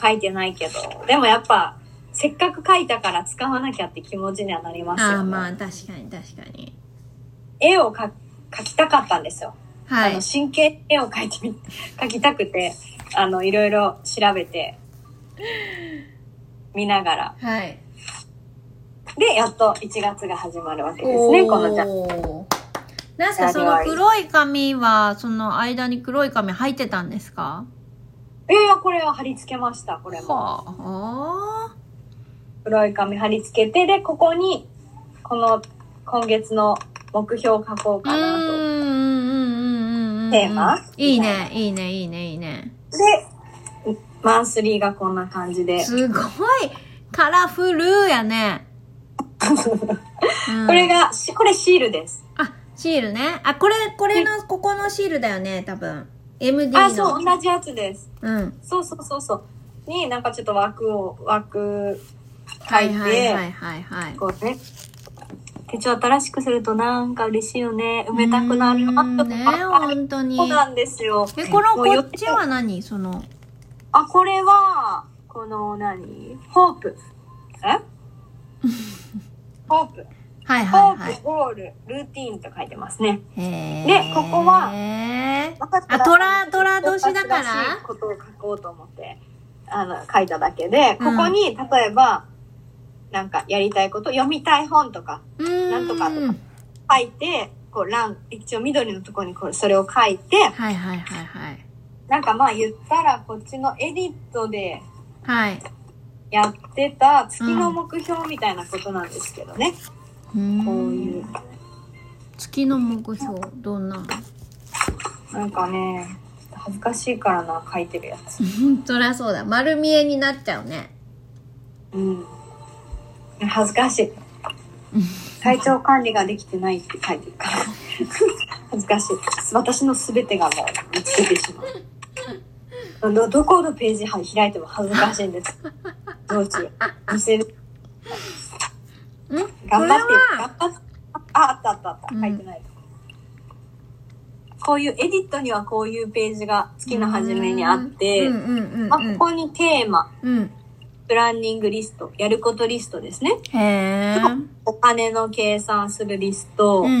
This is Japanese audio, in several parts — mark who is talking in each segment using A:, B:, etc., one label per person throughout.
A: 書いてないけど、でもやっぱ、せっかく書いたから使わなきゃって気持ちにはなりますよ、ね。
B: ああ、まあ、確かに確かに。
A: 絵をか描きたかったんですよ。
B: は
A: あ
B: い
A: の。真剣に絵を描いてみ 描きたくてあのいろいろ調べて見ながら
B: はい。
A: でやっと1月が始まるわけですねこのじゃ
B: おーなんすか、その黒い紙は、その間に黒い紙入ってたんですか
A: いやいやこれは貼り付けましたこれも
B: はあ。
A: 黒い紙貼り付けてでここにこの今月の目標を書こう
B: うん
A: か
B: うん
A: な
B: うんうんうん。
A: テーマ
B: いいね、いいね、いいね、いいね。
A: とでマンスリーがこんな感じで、
B: すごいカラフルやね。うん
A: これ。がしこれシールです
B: あ、シールね。あ、これ、これの、ここのシールだよね、多分。MD の。
A: あそう同じやつです
B: うん。
A: そうそうそうそうになんかちょっと枠を枠書
B: はいい
A: て、
B: はいはいはいはい。
A: こうね、手帳新しくするとなんか嬉しいよね。埋めたくなるな
B: うん
A: と
B: ね、
A: か。
B: 本当に
A: そう。なんですよ。
B: え、この、
A: もう
B: こ
A: よ
B: っちは何その、
A: あ、これは、この何ホープ。 えホープ。
B: はい
A: ホ
B: はいは
A: ープ、
B: い。
A: ゴール、ルーティーンと書いてますね。
B: へー
A: でここは
B: あ、虎、虎年だから
A: 私しいことを書こうと思って、あの、書いただけで、ここに、例えば、なんかやりたいこと、読みたい本とか、
B: うーん。
A: なんとかと書いて、こう、欄、一応緑のところにこうそれを書いて、
B: はいはいはいはい。
A: なんかまあ言ったらこっちのエディットで
B: はい。
A: やってた月の目標みたいなことなんですけどね。
B: うーん
A: こういう。
B: 月の目標、どんな の
A: なんかね、ちょっと恥ずかしいからな、書いてるやつ。
B: そりゃそうだ。丸見えになっちゃうね。
A: うん。恥ずかしい。体調管理ができてないって書いてるから。恥ずかしい。私の全てがもう見つけてしまう。どどこのページ開いても恥ずかしいんです。どうしよう。見せる。
B: んこれ
A: 頑張って、
B: は、
A: 頑張って。あ、あったあったあった。
B: うん
A: 書いてない。こういう、エディットにはこういうページが月の初めにあって、
B: うんうんうんうん。
A: まあ、ここにテーマ、
B: うん。
A: プランニングリスト、やることリストですね。
B: へえ。
A: お金の計算するリスト、
B: うんうんうんう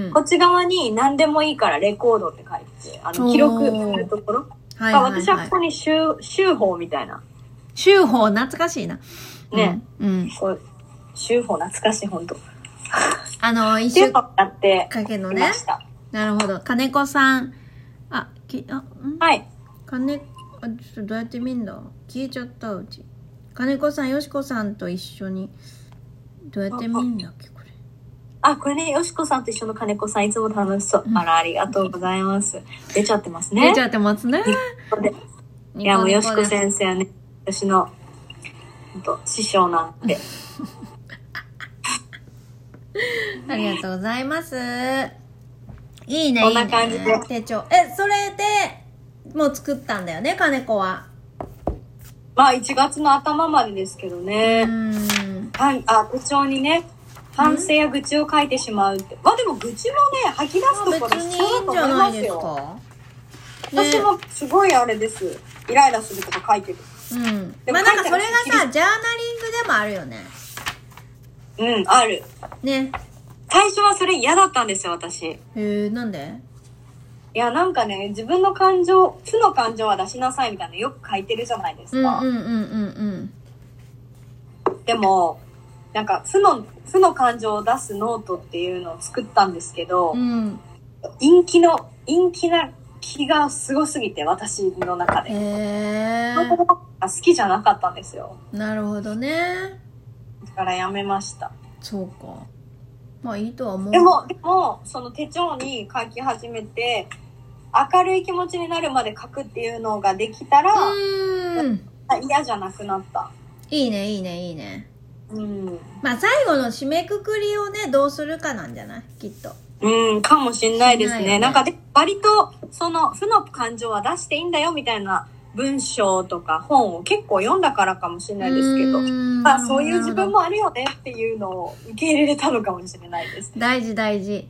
B: んうん。
A: こっち側に何でもいいからレコードって書いて、あの、記録するところ。
B: はい
A: まあ
B: はい
A: 私は
B: は
A: ここ。
B: い
A: に集、集法みたいな。
B: 修法懐かしいな。
A: ね。
B: うん。うん。
A: こう、集法懐かしい、ほんと。っ
B: あの、一
A: てい
B: 週
A: うのをやって
B: かけの
A: み
B: ね
A: ま。した。
B: なるほど。金子さん。あ、き、あ、ん
A: はい。
B: 金、あ、ちょっとどうやって見んだ消えちゃった、うち。金子さん、よしこさんと一緒に、どうやって見んだっけ、これ。
A: あ、これね、よしこさんと一緒の金子さん、いつも楽しそう
B: う。ん
A: あら、ありがとうございます。出ちゃってます
B: 出
A: ね
B: ち。ゃってますね。
A: いや、もうよ
B: ニコ
A: しこ
B: ニコです
A: 先生はね、私の、ほんと、師匠なんで。
B: ありがとうございます。いいね。
A: こんな感じ
B: いい
A: で
B: ね手帳。え、それで、もう作ったんだよね、金子は。
A: まあ、1月の頭までですけど
B: う
A: ね。
B: ーん。
A: はい、あ、部長にね、反省や愚痴を書いてしまうって。まあでも愚痴もね、吐き出すと
B: 別
A: ころ
B: に
A: 必要
B: いい
A: だ
B: ん
A: と
B: じ
A: 思
B: ゃ
A: い
B: な
A: ま
B: い
A: す
B: です
A: よ。
B: か。
A: 私もすごいあれです。イライラすること書いてる。
B: うん。
A: でも
B: まあなんかそれが
A: 書いてあ
B: さ、ジャーナリングでもあるよね。
A: うん、ある。
B: ね。
A: 最初はそれ嫌だったんですよ、私。
B: へえ、なんで
A: いや、なんかね、自分の感情、負の感情は出しなさいみたいなのよく書いてるじゃないで
B: う
A: す
B: んう
A: か。
B: んうんうん
A: でも、なんか、負の、負の感情を出すノートっていうのを作ったんですけど、
B: うん。うん。
A: 陰気の、陰気な気がすごすぎて、私の中
B: へ
A: で。
B: え。
A: そこが好きじゃなかったんですよ。
B: なるほどね。
A: だからやめました。
B: そうか。まあいいとは思う。
A: でも、でも、その手帳に書き始めて、明るい気持ちになるまで書くっていうのができたら、
B: うーん。
A: 嫌じゃなくなった。
B: いいね、いいね、いいね。
A: うん。
B: まあ最後の締めくくりをねどうするかなんじゃないきっと
A: うん、かもしんないですね。
B: しんないよね
A: なんかで、割と、その、負の感情は出していいんだよ、みたいな文章とか本を結構読んだからかもしんないですけど、ま
B: ま
A: あ、そういう自分もあるよねっていうのを受け入れたのかもしれないです。
B: 大事大事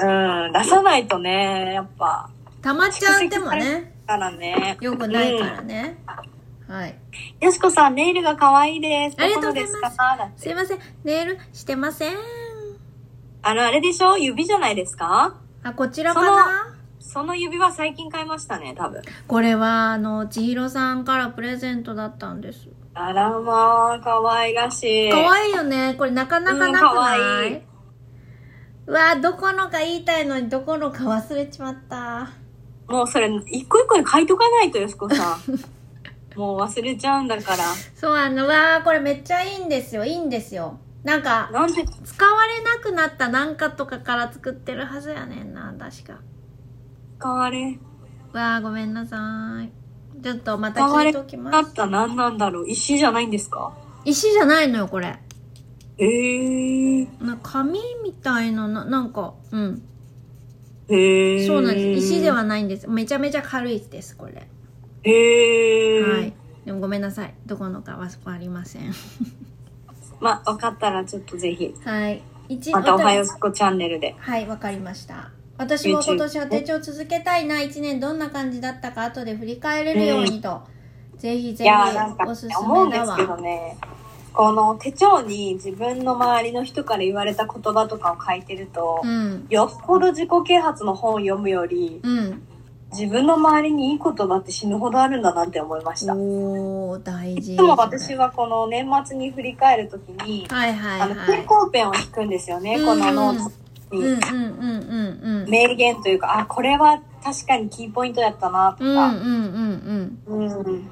A: うん、出さないとね、やっぱ、
B: 溜まっちゃってもね
A: からね。
B: よくないからね、はい。
A: よしこさん、ネイルが可愛いです。
B: ありがとうございます
A: どこのですかだって
B: すいません。ネイルしてません。
A: あの、あれでしょ指じゃないですか
B: あ、こちらかな
A: その指輪最近買いましたね、多分。
B: これは、あの、千尋さんからプレゼントだったんです。
A: あらまあ、可愛らしい。
B: 可愛いよね。これなかなかなくな
A: うん可愛
B: い
A: いう
B: わどこのか言いたいのにどこのか忘れちまった。
A: もうそれ、一個一個に書いとかないと、よしこさん。 もう忘れちゃうんだから。
B: そうあの、うわーこれめっちゃいいんですよ。いいんですよ。なんか、
A: なんで、
B: 使われなくなったなんかとかから作ってるはずやねんな、確か。
A: 使われ
B: うわーごめんなさい。ちょっとまた
A: 使わ
B: 聞い
A: れ
B: ておき
A: な
B: ま
A: っ
B: す。
A: た何なんだろう石じゃないんですか
B: 石じゃないのよ、これ。
A: えー、
B: な紙みたいな、ななんか、うん。
A: えー。
B: そうなんです。石ではないんです。めちゃめちゃ軽いです、これ。
A: えー。
B: はい。でもごめんなさい。どこのかはありません。
A: まあ、分かったらちょっとぜひ、
B: はい。一
A: またおはようすこチャンネルで。
B: はい、わかりました。私も今年は手帳続けたいな、一年どんな感じだったか後で振り返れるようにと、ぜひ
A: い
B: ぜひ
A: やーなんか
B: おすす
A: 思うん
B: め
A: で
B: だ
A: すけど
B: わ。
A: ねこの手帳に自分の周りの人から言われた言葉とかを書いてると、
B: うん。
A: よっぽど自己啓発の本を読むより
B: うん。
A: 自分の周りにいい言葉って死ぬほどあるんだなって思いました。
B: おー、大事。
A: いつも私
B: は。
A: はこの年末に振り返るときに、
B: はいはい
A: あの、
B: は
A: 蛍
B: い。
A: 光ペンを引くんですよね、このノート
B: うん
A: に。
B: うんうんうんうん。
A: 名言というか、あ、これは確かにキーポイントだったなと
B: うんうん
A: か。
B: うんうん。
A: うん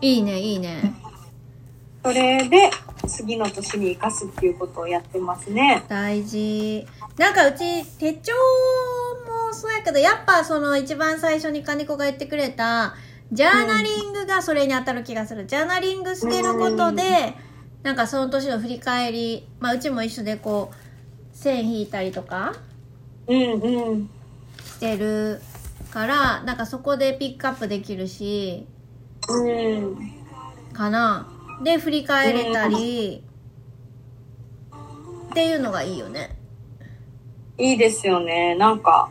B: いいね、いいね。
A: それで次の年に生かすっていうことをやってますね。
B: 大事なんかうち手帳もそうやけどやっぱその一番最初に金子が言ってくれたジャーナリングがそれに当たる気がする、ジャーナリングしてることで、
A: う
B: なんかその年の振り返り、まあ、うちも一緒でこう線引いたりとか
A: うんうん。
B: してるからなんかそこでピックアップできるし
A: うん。
B: かなで振り返れたり、っていうのがいいよね
A: いいですよね。なんか、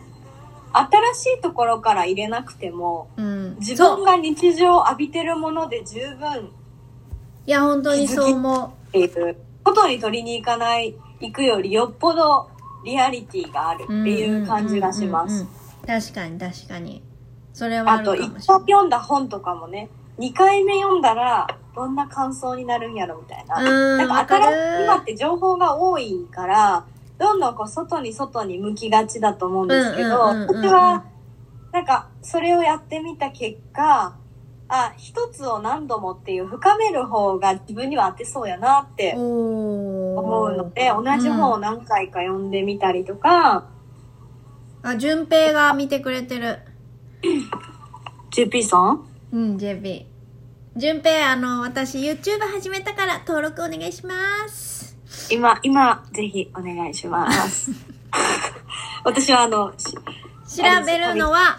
A: 新しいところから入れなくても、
B: うん
A: 自
B: そう
A: 分が日常浴びてるもので十分
B: いや本当にそう思う
A: っていう、外に取りに行かない、行くよりよっぽどリアリティがあるっていう感じがしま
B: うんうん
A: す。
B: うんうん。確かに確かに。それはあ
A: あ
B: る
A: と、
B: か
A: 一
B: も
A: 回
B: しれない。
A: 読んだ本とかもね、二回目読んだら、どんな感想になるんやろみたいな。
B: うーん、
A: な
B: わ
A: んか
B: か
A: 新しい今っ
B: る。
A: て情報が多いからどんどんこう外に外に向きがちだと思うんですけど、
B: うんうんうんうん
A: 私はなんかそれをやってみた結果あ一つを何度もっていう深める方が自分には当てそうやなって
B: お
A: 思うので同じ本を
B: 方
A: 何回か読んでみたりとか、
B: あ、順平が見てくれてる。
A: ジュピさん
B: うん、JB。順平、あの、私 YouTube 始めたから登録お願いします。
A: 今今ぜひお願いします 私はあのし
B: 調べるのは、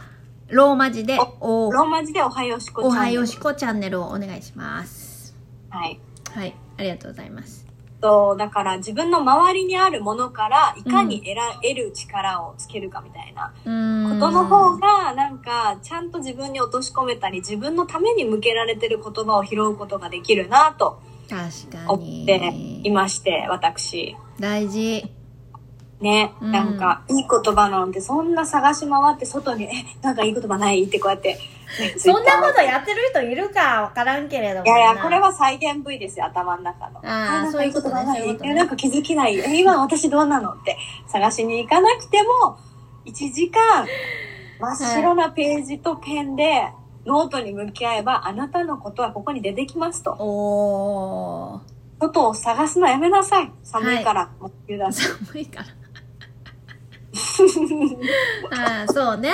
B: ローマ字で、お、
A: ローマ字で「おはよしこち
B: お
A: ゃ
B: は
A: ん」
B: よしこチャンネルをお願いします。
A: はい
B: はい、ありがとうございます。
A: とだから自分の周りにあるものからいかに得ら、得る力をつけるかみたいな
B: う
A: こ
B: ーん。
A: との方がなんかちゃんと自分に落とし込めたり自分のために向けられてる言葉を拾うことができるなと
B: 確か
A: 思
B: に。
A: っていまして私
B: 大事。
A: ね、
B: うん
A: なんかいい言葉なんてそんな探し回って外に「えなんかいい言葉ない?」ってこうやって、ね
B: そんな
A: Twitter
B: ことやってる人いるかわからんけれども。
A: いやいや、これ。は再現部位ですよ、頭の中の。
B: あー
A: なんか
B: そういうことね
A: 言葉ない
B: そういうことね
A: えなんか気づきない。 え、今私どうなのって探しに行かなくても、1時間、真っ白なページとペンで、ノートに向き合えば、あなたのことはここに出てきますと。
B: おー。
A: 外を探すのやめなさい。寒いから、もう冬だ し。
B: 寒いから。あーそうね。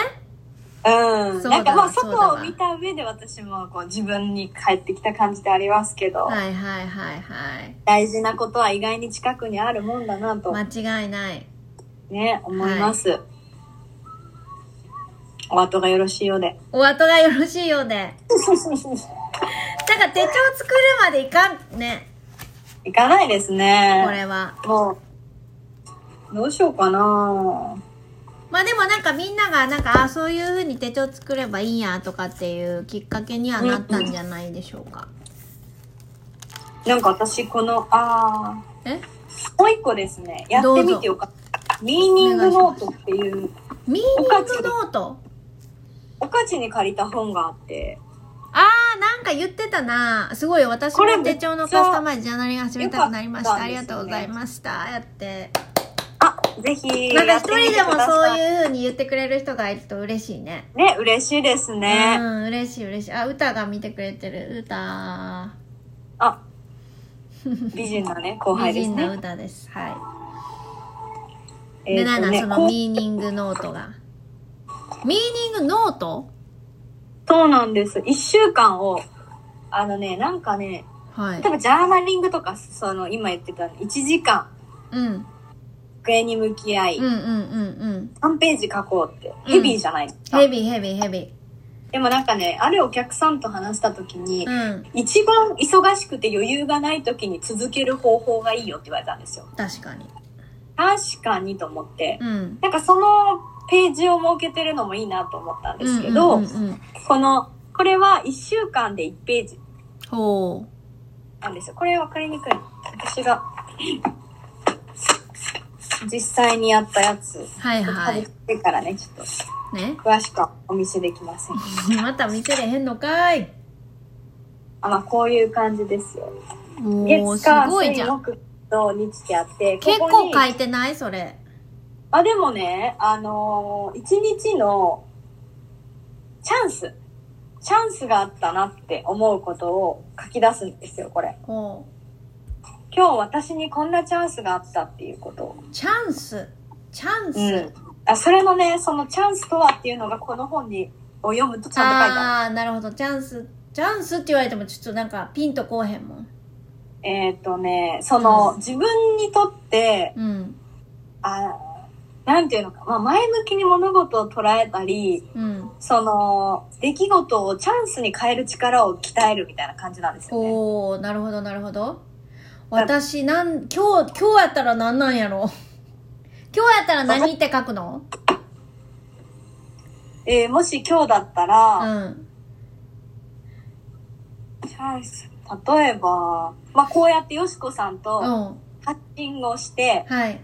A: うん。
B: そうだ
A: な
B: わ
A: んかまあ、
B: そうだわ
A: 外を見た上で私もこう自分に帰ってきた感じでありますけど、
B: はいはいはいはい。
A: 大事なことは意外に近くにあるもんだなと。
B: 間違いない。
A: ね、思います。お後がよろしいようで。
B: お後がよろしいよ うで。なんか手帳作るまでいかんね。
A: いかないです
B: こ
A: ね。
B: れは。
A: もう、どうしようかな。
B: まあでもなんかみんながなんかあそういう風に手帳作ればいいんやとかっていうきっかけにはなったんじゃないでしょうか。
A: なんか私このあ
B: え
A: ーもう一個ですねやってみてよかったミーニングノートっていう
B: ミーニングノート
A: おかちに借りた本があって
B: あーなんか言ってたなすごい私
A: これ
B: の
A: め
B: 手
A: っちゃ
B: 帳のカスタマイズジャーナリング始めたくなりました
A: よか
B: あ
A: ったんですよね
B: りがとうございましたやって
A: あぜひ
B: なんか
A: や
B: 一
A: って
B: 人
A: みて
B: で
A: く
B: も
A: だ
B: そ
A: さ
B: う
A: い
B: いう風に言ってくれる人がいると嬉しいね
A: ね嬉しいですね、
B: うん嬉しい嬉しいあ歌が見てくれてる歌
A: あ美人なね後輩
B: 美
A: です
B: 人な
A: ね
B: 歌ですはい
A: え
B: で、
A: ー
B: な
A: と
B: な、
A: ね
B: その
A: こう
B: ミーニングノートが。ミーニングノート
A: そうなんです1週間をあのねなんかね
B: はい
A: 例え。ばジャーナリングとかその今言ってた1時間
B: うん。うん
A: 机に向き合い、
B: うんうん
A: 3ページ書こうってヘビーじゃないです
B: うん。
A: か、
B: ヘビーヘビーヘビ
A: でもなんかねあるお客さんと話した時に、
B: ー。うん。
A: 一番忙しくて余裕がない時に続ける方法がいいよって言われたんですよ
B: 確かに。
A: 確かにと思って、
B: うん。
A: なんかそのページを設けてるのもいいなと思ったんですけど、
B: うんうんうんうん
A: このこれは1週間で1ページ
B: ほう。
A: なんですよこれ分かりにくい私が 実際にやったやつ
B: はいはい。
A: だからね、ちょっ
B: ね
A: と。詳しくはお見せできません。
B: また見せれへんのかい。
A: あ、まあ、こういう感じですよ。
B: おお
A: 月
B: す
A: 火
B: ごい
A: 水
B: じゃん。
A: 木と日ってあって、
B: 結
A: ここ
B: 構
A: に
B: 書いてないそれ。
A: あ、でもね、あのー一日のチャンス、チャンスがあったなって思うことを書き出すんですよ、これ。
B: ほ
A: 今日私にこんなチャンスがあったっていうことを。
B: う。チャンス。チャンス。
A: うん。あ、それのね、そのチャンスとはっていうのがこの本に、を読むとちゃんと書いてある。
B: ああー、なるほど。チャンス。チャンスって言われてもちょっとなんかピンとこうへんもん。
A: えっ、とね、その、自分にとって、
B: うん。
A: あなんていうのか、まあ、前向きに物事を捉えたり、
B: うん。
A: その、出来事をチャンスに変える力を鍛えるみたいな感じなんですよね。
B: おおなるほどなるほど
A: だ
B: 私なん今日今日やったら何なんやろ 今日やったら何って書くの
A: えーもし今日だった
B: う
A: ら、
B: ん
A: チャンス、例えば、まあ、こうやってよしこさん
B: う
A: と
B: ん
A: ハッチングをして、
B: はい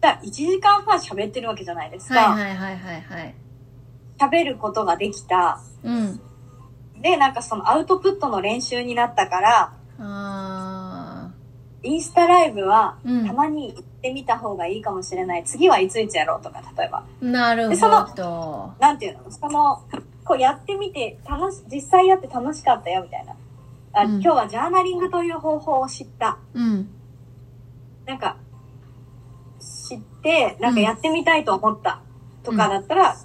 A: だ1時間半喋ってるわけじゃないです
B: はい
A: か。
B: はいはいはいはい
A: 喋、ることができた。
B: うん
A: で、なんかそのアウトプットの練習になったから、
B: あ
A: インスタライブは
B: うん
A: たまに行ってみた方がいいかもしれない。次はいついつやろうとか、例えば。
B: ーなる
A: でそ
B: ほど
A: なんていうのその、こうやってみて、楽し、実際やって楽しかったよ、みたいな。あ、
B: うん
A: 今日はジャーナリングという方法を知った。
B: うん
A: なんか、知って、なんかやってみたいと思った。とかだったら、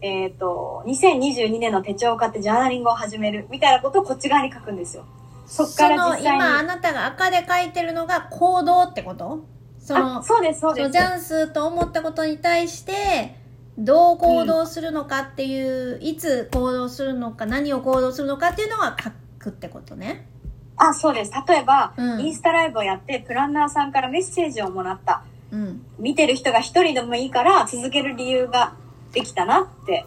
A: えっ、と、2022年の手帳を買ってジャーナリングを始める。みたいなことをこっち側に書くんですよ。そっから
B: その
A: 実際に。
B: 今あなたが赤で書いてるのが行動ってことその
A: あそうです、そう
B: そ
A: で
B: の
A: す
B: チ。ャンスと思ったことに対してどう行動するのかっていう、いつ行動するのか何を行動するのかっていうのは書くってことね
A: あ、そうです。例えば、
B: うん
A: インスタライブをやって、プランナーさんからメッセージをもらった。
B: うん
A: 見てる人が一人でもいいから、続ける理由ができたなって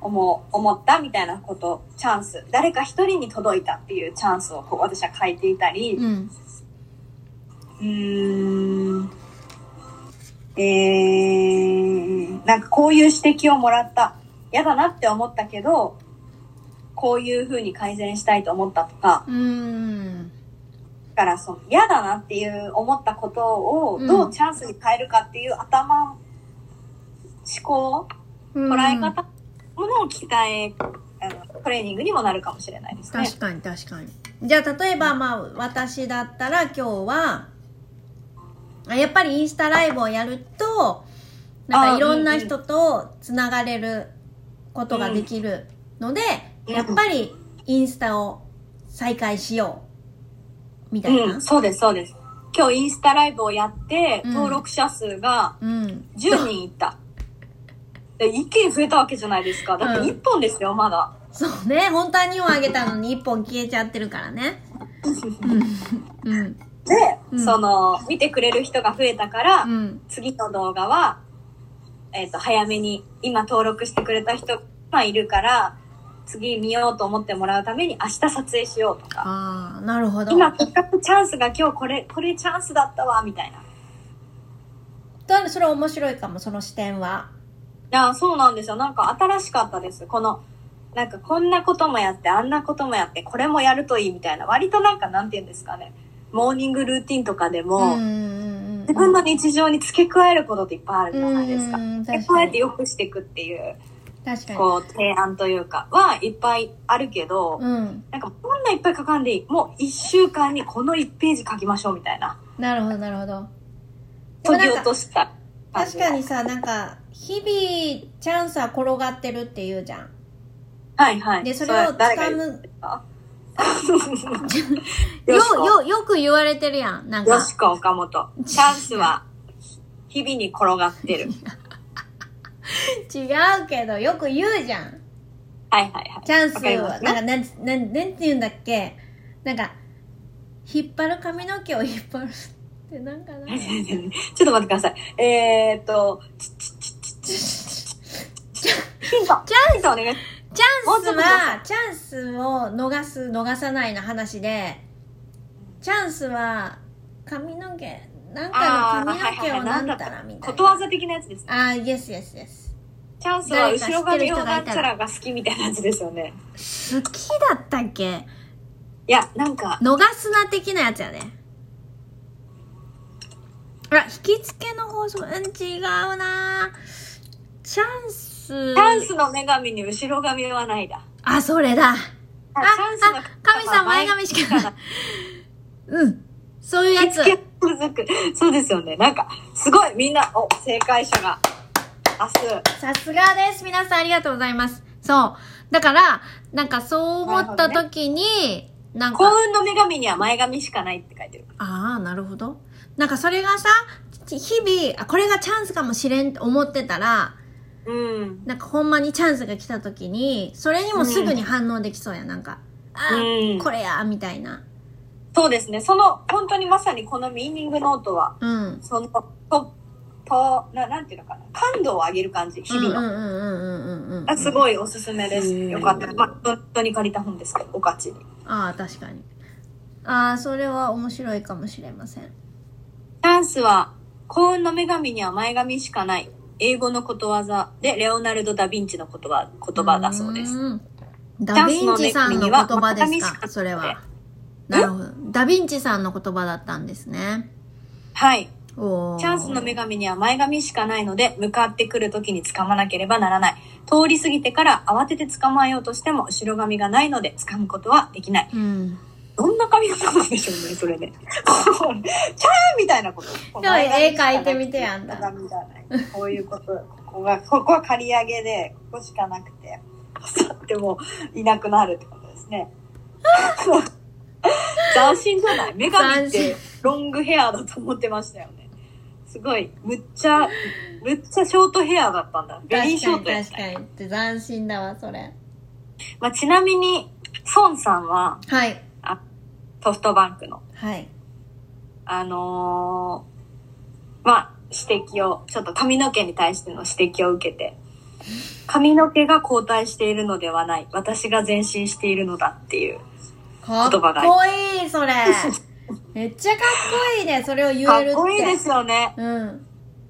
A: 思う、思ったみたいなこと、チャンス。誰か一人に届いたっていうチャンスをこう私は書いていたり、
B: うん
A: うーん、えー、なんかこういう指摘をもらった。嫌だなって思ったけど、こういう風に改善したいと思ったとか、
B: うん
A: だからその嫌だなっていう思ったことを
B: うん
A: どうチャンスに変えるかっていう頭、思考捉え方ものを鍛えあのトレーニングにもなるかもしれないですね
B: 確。かに確かにじゃあ例えばまあ私だったら今日はあやっぱりインスタライブをやるとな
A: あ
B: んか
A: ー
B: いろんな人とつながれることができるので、
A: うん
B: やっぱりインスタを再開しようみたいな
A: うん、そうですそうです。今日インスタライブをやって
B: うん
A: 登録者数が
B: うん
A: 10人いった。で一気に増えたわけじゃないですか。だって
B: うん
A: 1本ですよ、まだ。
B: そうね本当は2本あげたのに1本消えちゃってるからねうんうん
A: で、
B: うん
A: その、見てくれる人が増えたから、
B: うん
A: 次の動画は、えっ、と、早めに、今登録してくれた人がいるから、次見ようと思ってもらうために明日撮影しようとか。
B: ああ、なるほど。
A: 今、せっかくチャンスが今日これ、これチャンスだったわ、みたいな。い
B: だからそれは面白いかも、その視点は。
A: や、そうなんですよ。なんか新しかったです。この、なんかこんなこともやって、あんなこともやって、これもやるといいみたいな。割となんか、なんて言うんですかね。モーニングルーティンとかで
B: うん
A: も、
B: うんうんうん。
A: 自分の日常に付け加えることっていっぱいあるじゃないですか
B: う。んうん
A: 付け加
B: 確か
A: えて
B: に。
A: 良くしていくっていう、
B: 確かに。
A: こう、提案というか、はいっぱいあるけど、
B: うん。
A: なんか、こんないっぱい書かんでいい。もう一週間にこの一ページ書きましょうみたいな。
B: なるほど、なるほど。でも
A: 研ぎ
B: な
A: 落
B: んか
A: とした感
B: 確
A: じが。
B: かにさ、なんか、日々、チャンスは転がってるって言うじゃん。
A: はいはい。
B: で、それを
A: 誰が
B: 掴
A: 言う
B: む。
A: よ
B: よ
A: しこ、
B: よよく言われてるやんなん
A: よ
B: か
A: しこ岡本。チャンスは、日々に転がってる。
B: 違うけどよく言うじゃん
A: はいはいはい。
B: チャンス
A: わかりま
B: は
A: す
B: なんかなんつなんなんて言うんだっけなんか引っ張る髪の毛を引っ張るってなんかな
A: ちょっと待ってください。えーっと、ちちちちちヒント。
B: チャ
A: ヒントお願い。
B: チャンス
A: もうちょっと待
B: はチャンスを逃す逃さないの話でチャンスは髪の毛なんかの髪の毛
A: あーはいはいは
B: を
A: い
B: なんたらみた
A: こ
B: い
A: と
B: な
A: わざ的なやつです。
B: ああイエスイエスイエス
A: チャンスは
B: 誰か知
A: 後ろ
B: って
A: 髪
B: る人
A: を
B: が
A: ないんち
B: たら
A: ゃらが好きみたいなやつですよね。
B: 好きだったっけ
A: いや、なんか、
B: 逃すな的なやつやねあ引き付けの法則うん違うなチャンス
A: チャンスの女神に後ろ髪はないだ。
B: あそれだあ
A: あチャンスの
B: あ神様前髪しかないうんそういうやつ
A: 結局続くそうですよね。なんか、すごいみんな、お、正解者が、明日、
B: さすがです皆さんありがとうございますそうだからなんかそう思った時にな,、ん
A: 幸
B: か
A: 運の女神には前髪しかないって書いてる。
B: ああなるほどなんかそれがさ日々あこれがチャンスかもしれんと思ってたら
A: うん。
B: なんかほんまにチャンスが来た時に、それにもすぐに反応できそうや、なんか。あー、
A: うん
B: これや、みたいな。
A: そうですね。その、本当にまさにこのミーニングノートは、
B: うん。
A: その、と、と、ななんていうのかな。感度を上げる感じ、日々の。
B: うんうんうんうんうんうんうん。
A: あす
B: い。
A: ごいおすすめです。
B: うん
A: よかった。まあ、本当に借りた本ですけど、おかちに。チ
B: ああ、確かに。ああ、それは面白いかもしれません。
A: ャンスは、幸運の女神には前髪しかない。英語のことわざで、レオナルド・ダ・ヴィンチの言葉、言葉だそうです。
B: ん。ダヴィンチさんの言葉で
A: チャンスの女神
B: す
A: し
B: か
A: か
B: それは。なるほど。ダヴィンチさんの言葉だったんですね。
A: はい。
B: おー
A: チャンスの女神には前髪しかないので、向かってくる時に掴まなければならない。通り過ぎてから慌てて捕まえようとしても、後ろ髪がないので掴むことはできない。
B: うん。
A: どんな髪型なんでしょうね、それね。 チャーみたいなこと。
B: でも絵描いてみてやんだ
A: 前髪しかないこういうこと。ここが、ここは刈り上げで、ここしかなくて、去ってもいなくなるってことです ね。斬新じゃない女神っ
B: 斬
A: てロングヘアだと思ってましたよね。すごい、むっちゃ、むっちゃショートヘアだったんだ。ベリー
B: 確
A: ショ
B: か
A: ー
B: に
A: トやっ
B: 確
A: たね。
B: かに。って斬新だわ、それ。
A: まあ、ちなみに、孫さんは、
B: はい。
A: あソフトバンクの、
B: はい。
A: あのーまあ、指摘を、ちょっと髪の毛に対しての指摘を受けて、髪の毛が後退しているのではない。私が前進しているのだっていう。
B: かっ
A: 言葉が
B: こいいそれめっちゃかっこいいねそれを言えるっ
A: かってこいいですよね。
B: うん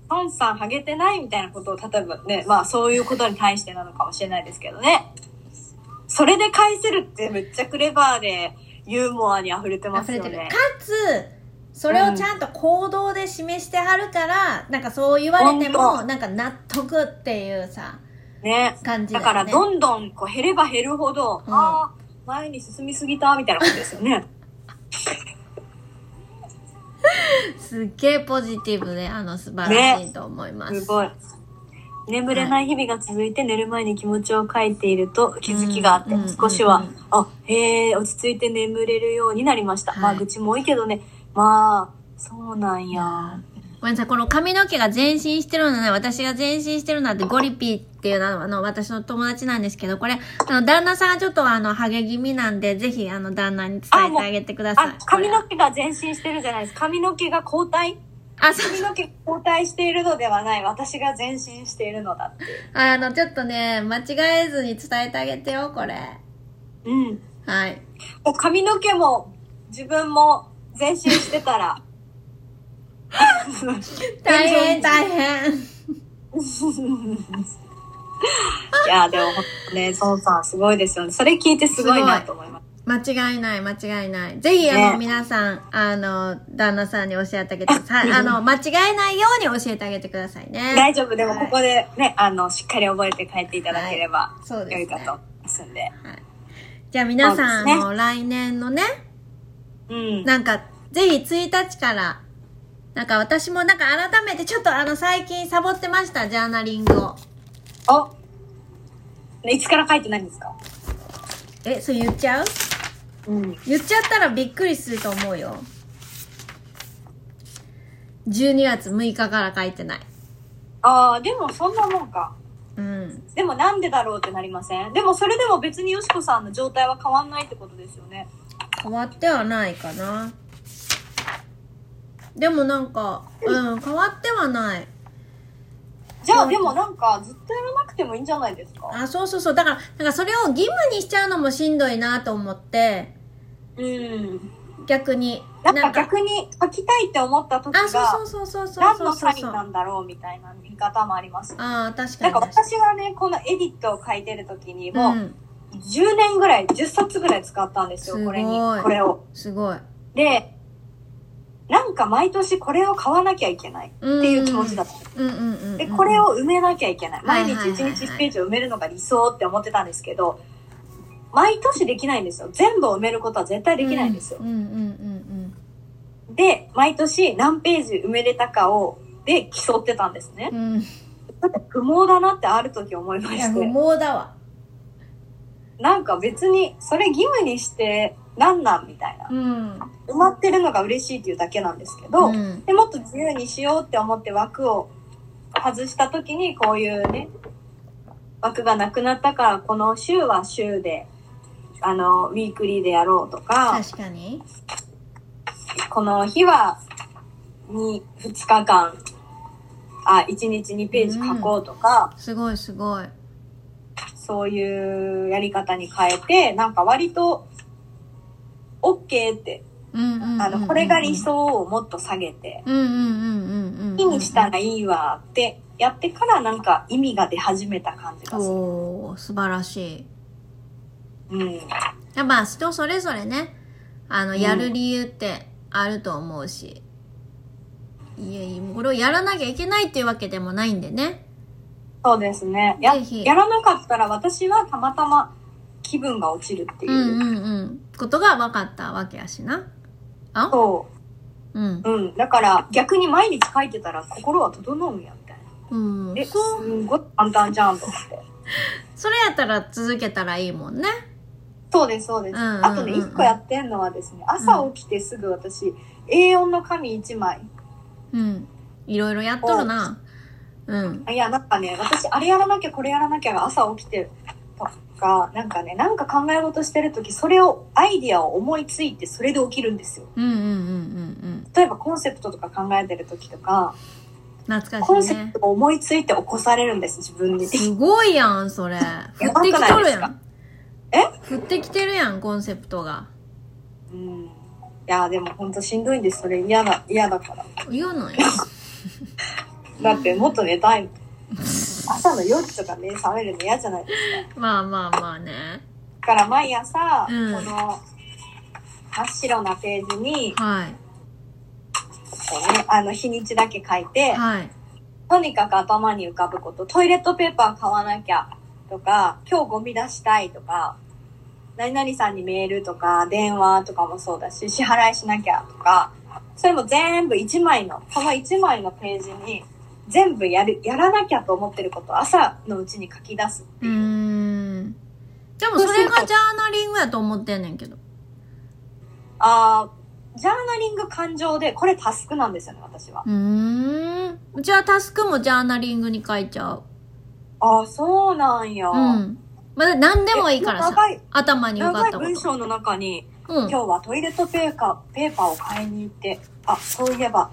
A: 孫さんハゲてないみたいなことを、例えばね、まあそういうことに対してなのかもしれないですけどね。それで返せるってめっちゃクレバーで、ユーモアに溢れてます
B: 溢れ
A: よ
B: てる
A: ね
B: か。つそれをちゃんと行動で示してはるから、なんかそう言われて
A: ほん
B: も
A: と
B: なんか納得っていうさ
A: ね。
B: 感じだ
A: だか
B: よね
A: らどんどんこう減れば減るほど、
B: うん
A: ああ、前に進みすぎたみたいなことですよね。
B: すっげえポジティブであの素晴らしいと思います、
A: すごい。眠れない日々が続いて寝る前に気持ちを書いていると気づきがあって、
B: うん
A: 少し
B: う
A: は
B: んうん、
A: あ、へえ、落ち着いて眠れるようになりました。
B: はい
A: まあ、愚痴も多いけどね。まあ、そうなんや。
B: ごめんなさいこの髪の毛が前進してるのね私が前進してるのはゴリピーっていうのはあの私の友達なんですけどこれあの旦那さんがちょっとあのハゲ気味なんでぜひあの旦那に伝えてあげてください
A: あ、髪の毛が前進してるじゃないですか。髪の毛が後退
B: あ、そう
A: 髪の毛交代しているのではない私が前進しているのだって
B: あの、ちょっとね、間違えずに伝えてあげてよ、これ。
A: うん
B: はい。
A: こう髪の毛も自分も前進してた ら
B: 大変、大変。
A: いやでもねそうさんすごいですよねそれ聞いてすごいなと思います
B: 間違いない、間違いない。ぜひ、あの、
A: ね
B: 皆さん、あの、旦那さんに教えてあげてください。あの、間違えないように教えてあげてくださいね。
A: 大丈夫でも
B: はい
A: ここでね、あのしっかり覚えて帰っていただければ
B: いそう
A: 良
B: ですね
A: いかと思いますんで
B: じゃあ皆
A: そ
B: さ、
A: うんですね
B: あの、来年のね、
A: うん
B: なんか、ぜひ1日から、なんか私もなんか改めてちょっとあの最近サボってました、ジャーナリングを。
A: おねいつから書いてないんですか
B: え、そう言っちゃう
A: うん
B: 言っちゃったらびっくりすると思うよ。12月6日から書いてない。
A: ああでもそんなもんか
B: うん。
A: でもなんでだろうってなりませんでもそれでも別によしこさんの状態は変わんないってことですよね
B: 変わってはないかなでもなんかうん変わってはない
A: じゃ
B: そ
A: あ
B: う
A: でもなんかずっとやらなくてもいいんじゃないですか
B: あそうそうそうだからなんかそれを義務にしちゃうのもしんどいなと思って
A: うん
B: 逆に
A: なんか逆に書きたいって思った時
B: あそう
A: が
B: そうそうそうそう
A: 何
B: そう
A: の
B: そう
A: サインなんだろうみたいな見方もあります
B: あー確か
A: なん
B: に
A: か
B: 確かに
A: 私はねこのエディットを書いてる時にも
B: う、
A: うん10年ぐらい10冊ぐらい使ったんですよ
B: すご
A: こ
B: い
A: れにこれを
B: すごいっ
A: でなんか毎年これを買わなきゃいけない
B: て
A: っていう気持ちだった
B: うんうんうんうん
A: でこれを埋めなきゃいけない
B: はい
A: 毎
B: はい
A: 日
B: はいはい
A: 1日1ページを埋めるのが理想って思ってたんですけど毎年できないんですよ全部を埋めることは絶対できないんですよ
B: うんうんうん
A: で毎年何ページ埋めれたかをで競ってたんですね
B: うんうんうん
A: 不毛だなってある時思いま
B: いや
A: し
B: 不
A: て
B: 毛だわ
A: なんか別にそれ義務にしてなんなんみたいな
B: うん
A: 埋まってるのが嬉しいっていうだけなんですけど、
B: ん
A: でもっと自由にしようって思って枠を外した時にこういうね枠がなくなったからこの週は週であのウィークリーでやろうとか
B: 確かに
A: この日は 2, 2日間あ1日2ページ書こうとか、
B: すごいすごい
A: そういうやり方に変えてなんか割と OK って
B: うんうんうんうん
A: あのこれが理想をもっと下げて
B: うんうんうんうんうんうん
A: 日にしたらいいわってやってからなんか意味が出始めた感じがする。
B: おー素晴らしい
A: うん、
B: やっぱ人それぞれねあの
A: うん
B: やる理由ってあると思うし、いやいやこれをやらなきゃいけないっていうわけでもないんでね
A: そうですね。や
B: ぜひ
A: やらなかったら私はたまたま気分が落ちるっていうう。
B: んうんうんことが分かったわけやしなあ
A: そ
B: うん
A: う。うん。だから逆に毎日書いてたら心は整うんやみたいな。
B: うん
A: え、す
B: そうん
A: ごい簡単じゃんと思って。
B: それやったら続けたらいいもんね
A: そうです、そうです。
B: うんうんうん
A: あとね、一個やってんのはですね、朝起きてすぐ私、A4 の紙1枚。
B: うんいろいろやっとるなうん
A: あいや、なんかね、私、あれやらなきゃ、これやらなきゃが朝起きてとか、なんかね、なんか考え事してるとき、それを、アイディアを思いついて、それで起きるんですよ。
B: うんうんうんうんうん
A: 例えば、コンセプトとか考えてるときとか、
B: 懐
A: コ
B: か
A: ン
B: しい
A: セ
B: ね
A: プトを思いついて起こされるんです、自分に。
B: すごいやん、それ。降ってきとるやん。
A: え
B: 降ってきてるやん、コンセプトが。
A: うん。いや、でも本当しんどいんです、それ嫌だ、嫌だから。
B: 言うの よ。
A: だって、もっと寝たい。朝の4時とか目覚めるの嫌じゃない
B: まあまあまあね。
A: だから、毎朝、
B: うん
A: この、真っ白なページに、
B: はい。
A: こうね、あの、日にちだけ書いて、
B: はい。
A: とにかく頭に浮かぶこと、トイレットペーパー買わなきゃとか、今日ゴミ出したいとか、何々さんにメールとか、電話とかもそうだし、支払いしなきゃとか、それも全部1枚の、この1枚のページに、全部やる、やらなきゃと思ってることを朝のうちに書き出すってい
B: う
A: う。
B: ーん。でもそれがジャーナリングやと思ってんねんけど。
A: あージャーナリング感情で、これタスクなんですよね、私は。
B: うーん。うちはタスクもジャーナリングに書いちゃう。
A: ああ、そうなんや。
B: うん。まだ何でもいいから
A: え
B: さ
A: 長い。
B: 頭に浮か
A: 長
B: っ
A: い
B: たこ
A: 文
B: と。
A: 章の中に、
B: うん。
A: 今日はトイレットペーパーペーパーを買いに行ってあそういえば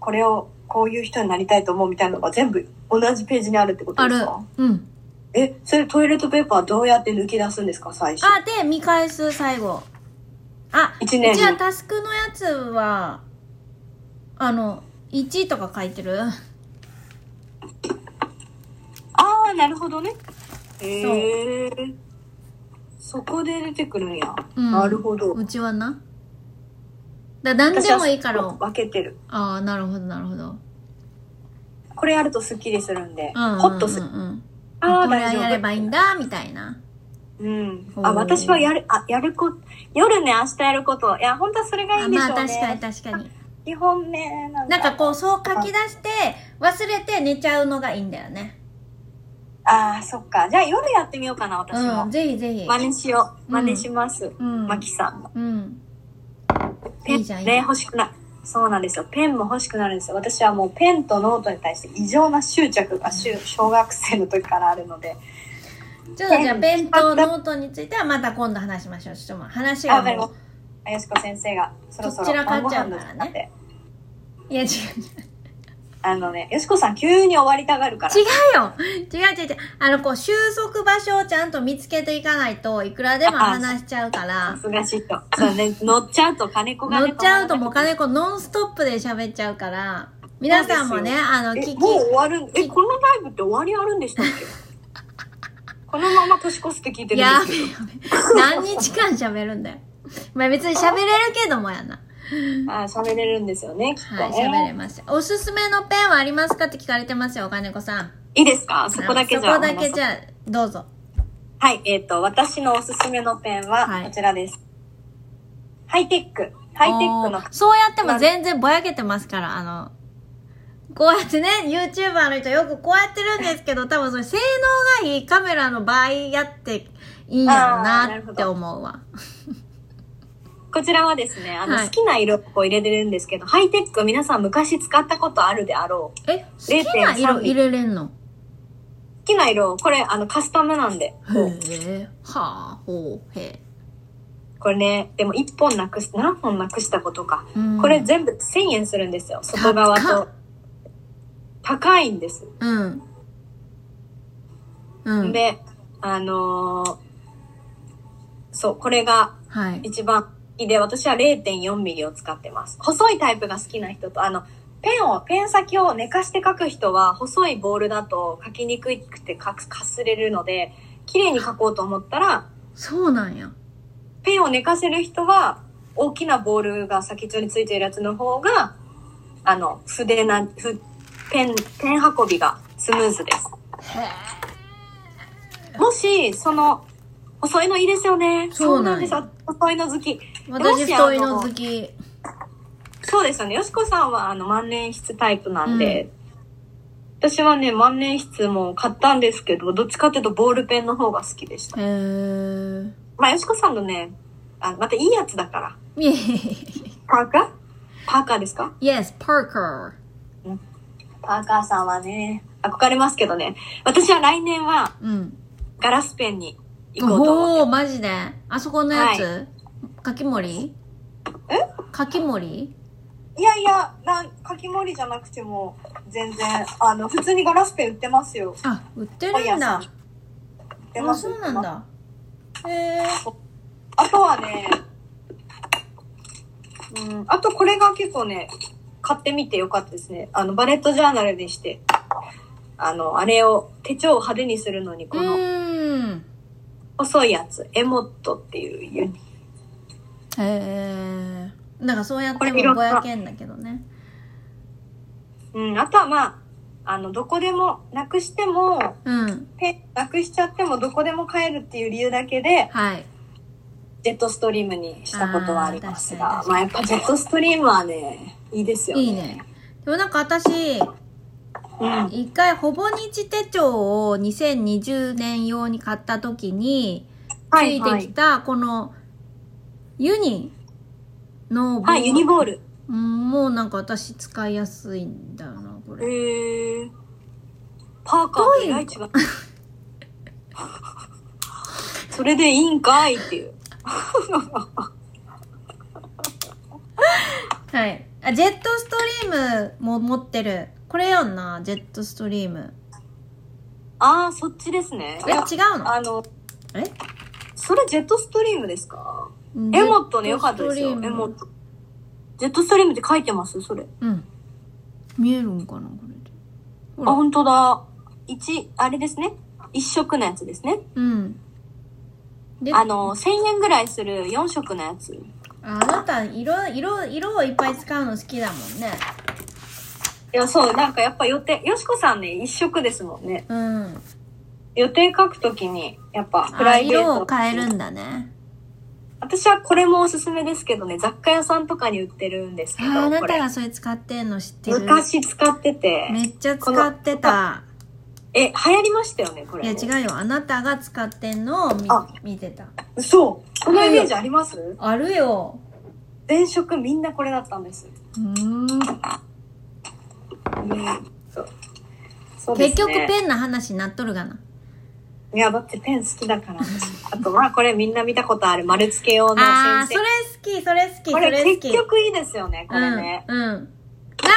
A: これをこういう人になりたいと思うみたいなのが全部同じページにあるってこと
B: あ
A: で
B: る
A: すか
B: うん
A: えそれトイレットペーパーどうやって抜き出すんですか最初
B: あで見返す最後あ
A: 一年に
B: じゃあタスクのやつはあの1とか書いてる
A: ああなるほどねへえそこで出てくるんや、
B: うん
A: なるほど
B: うちはなだ何でもいいから
A: 私は分けてる
B: ああなるほどなるほど
A: これやるとスッキリするんで、
B: うんうんうんうん
A: ホッとするああ
B: これは
A: 大
B: やれ
A: 丈夫
B: ばいいんだみたいな
A: うん
B: お
A: あ
B: ー
A: 私はやるあやるこ夜ね明日やることいや本当はそれがいい
B: あ
A: んでしょう
B: まあ
A: ね、
B: 確かに確かに
A: 2本目なんだ
B: なんかこうそう書き出して忘れて寝ちゃうのがいいんだよね
A: ああそっかじゃあ夜やってみようかな私も、
B: うんぜひぜひ
A: 真似しよう
B: うん
A: 真似します、
B: うん
A: マキさんの
B: うん
A: ペン
B: いいじゃんいいじゃ
A: ね
B: ん
A: 欲しくないそうなんですよペンも欲しくなるんですよ私はもうペンとノートに対して異常な執着がしゅ小学生の時からあるので
B: ちょっとじゃあ
A: ペン
B: 弁当ノートについてはまた今度話しましょうちょっともう話
A: あ
B: が
A: わかり
B: も
A: ま
B: う
A: すあよしこ先生がそろそろ
B: どちらかっちゃ
A: 晩
B: う
A: ご飯の時間で
B: いや違う違う
A: あのねよしこさん急に終わりたがるから
B: 違うよ違う違う違うあのこう収束場所をちゃんと見つけていかないといくらでも話しちゃうか
A: さ
B: ら
A: すがしっとそうね乗っちゃうと金子が
B: 乗
A: ね
B: っちゃうともう
A: 止まらなく
B: 金子ノンストップで喋っちゃうから皆さんもね
A: そうで
B: あの
A: なる
B: 聞
A: え
B: き
A: もう終わるんえこのライブって終わりあるんでしたっ けこのまま年越すって聞いてるんで
B: や
A: すけ
B: べ
A: ど
B: やべ何日間喋るんだよまあ別に喋れるけどもやな
A: あ喋れるんですよねきっと
B: はい
A: ね、
B: 喋れましたおすすめのペンはありますかって聞かれてますよ金子さん
A: いいですかそこだけじゃあ
B: そこだけじゃあどうぞ
A: はい、えっ、と、私のおすすめのペン
B: はい
A: はこちらです。ハイテック。ハイテック
B: お
A: の
B: ー、そうやっても全然ぼやけてますから、あの、こうやってね、YouTuber の人よくこうやってるんで すけど、多分それ性能がいいカメラの場合やっていいんやろ
A: あーな
B: な
A: るほ
B: って
A: ど
B: 思うわ。
A: こちらはですね、あの、
B: はい
A: 好きな色をこう入れてるんですけど、ハイテック皆さん昔使ったことあるであろう。
B: え、好きな色入れれんの
A: 好きな色を、これ、あの、カスタムなんで。
B: へえ、はあ、ほう、へ
A: これね、でも1本なくす、何本なくしたことか。
B: え。うん
A: これ全部1000円するんですよ、外側
B: 高っ
A: と。高いんです。
B: うん。うん。
A: で、あのーそう、これが
B: はい。
A: 一番好きで、私は0.4ミリを使ってます。細いタイプが好きな人と、あの、ペンを、ペン先を寝かして書く人は、細いボールだと書きにくくてかかすれるので、綺麗に書こうと思ったら、
B: そうなんや。
A: ペンを寝かせる人は、大きなボールが先っちょについているやつの方が、あの、筆な、ふペン、ペン運びがスムーズです。
B: へ
A: もし、その、細いのいいですよね。
B: そうなんや
A: そうです。細いの好き。
B: え。私、
A: もしあの
B: 太いの好き。
A: そうですよね。よしこさんはあの万年筆タイプなんで、私はね、万年筆も買ったんですけど、どっちかっていうとボールペンの方が好きでした。
B: へえ。
A: まあ、よしこさんのね、あまたいいやつだから。
B: イエ
A: パーカーパーカーですか
B: イ Yes, Parker.
A: パーカーさんはね、憧れますけどね。私は来年は
B: うん。
A: ガラスペンに行こうと思
B: お
A: って
B: おーマジであそこのやつ、
A: は
B: かき森
A: え
B: かき森
A: ます。いやいや、なん、かき盛りじゃなくても、全然、あの、普通にガラスペン売ってますよ。
B: あ売って
A: 本
B: るん
A: 屋さ
B: だ
A: ん売って
B: あ
A: ます。
B: そうなんだへえ
A: あとはね、うん、あとこれが結構ね、買ってみてよかったですね。あの、バレットジャーナルにして、あの、あれを、手帳を派手にするのに、
B: う
A: この
B: ーん
A: 細いやつ、エモットっていうユニ、
B: へえなんかそうやっ
A: こ
B: て
A: れいろ
B: も
A: ん
B: ぼ
A: な
B: やけんだけどね
A: うん、あとはまあ、あの、どこでも、なくしても、
B: うん
A: ペン、なくしちゃってもどこでも買えるっていう理由だけで、
B: はい
A: ジェットストリームにしたことはありますが、
B: あー確
A: ま
B: か
A: あやっぱジェットストリームはね、いいですよね。
B: いいねでもなんか私
A: うん。
B: 一回ほぼ日手帳を2020年用に買った時につ
A: はいい、
B: て
A: は
B: き
A: い。
B: たこのユニのボー
A: はい、ユニボール。
B: うんもうなんか私使いやすいんだよなこれ
A: へえパーカーとえらい違う それでいいんかいっていう
B: はいあジェットストリームも持ってる。これやんな、ジェットストリーム。
A: ああ、そっちですね。
B: え、違
A: いや
B: うの
A: あの、
B: え
A: それジェットストリームですか
B: うん
A: エモットの良かったですよ。エ
B: ジェットストリーム
A: モット。ジェットストリームって書いてますそれ。
B: うん。見えるんかな、これで。ほ
A: あ、
B: ら。
A: 本当だ。一、あれですね。一色のやつですね。
B: うん。で、
A: あの、1000円ぐらいする4色のやつ。
B: あなた、色、色、色をいっぱい使うの好きだもんね。
A: いや、そう、なんかやっぱ予定、よしこさんね、一色ですもんね。
B: うん。
A: 予定書くときに、やっぱ、プ
B: あ、
A: ライベート。
B: 色を変えるんだね。
A: 私はこれもおすすめですけどね、雑貨屋さんとかに売ってるんですけど、
B: ああな
A: こ
B: た
A: れ
B: がそれ使ってんの知ってる
A: 昔使ってて、
B: めっちゃ使ってた
A: え、流行りましたよね、こ
B: い
A: れ。
B: や違うよあなたが使ってんのを見
A: あ
B: 見てた
A: う。そう。このイメージあります
B: あるよ
A: 前職みんなこれだったんです。
B: うーん
A: うん。そうそうです
B: 結
A: ね
B: 局ペンの話になっとるがない
A: や、だってペン好きだから。あと、まあ、これみんな見たことある丸付け用の
B: あー
A: 先
B: それ
A: 生。
B: 好きそれ好き
A: こ
B: そ
A: れ
B: れ好き
A: 結局いいですよね、これね。
B: うん、うん、なん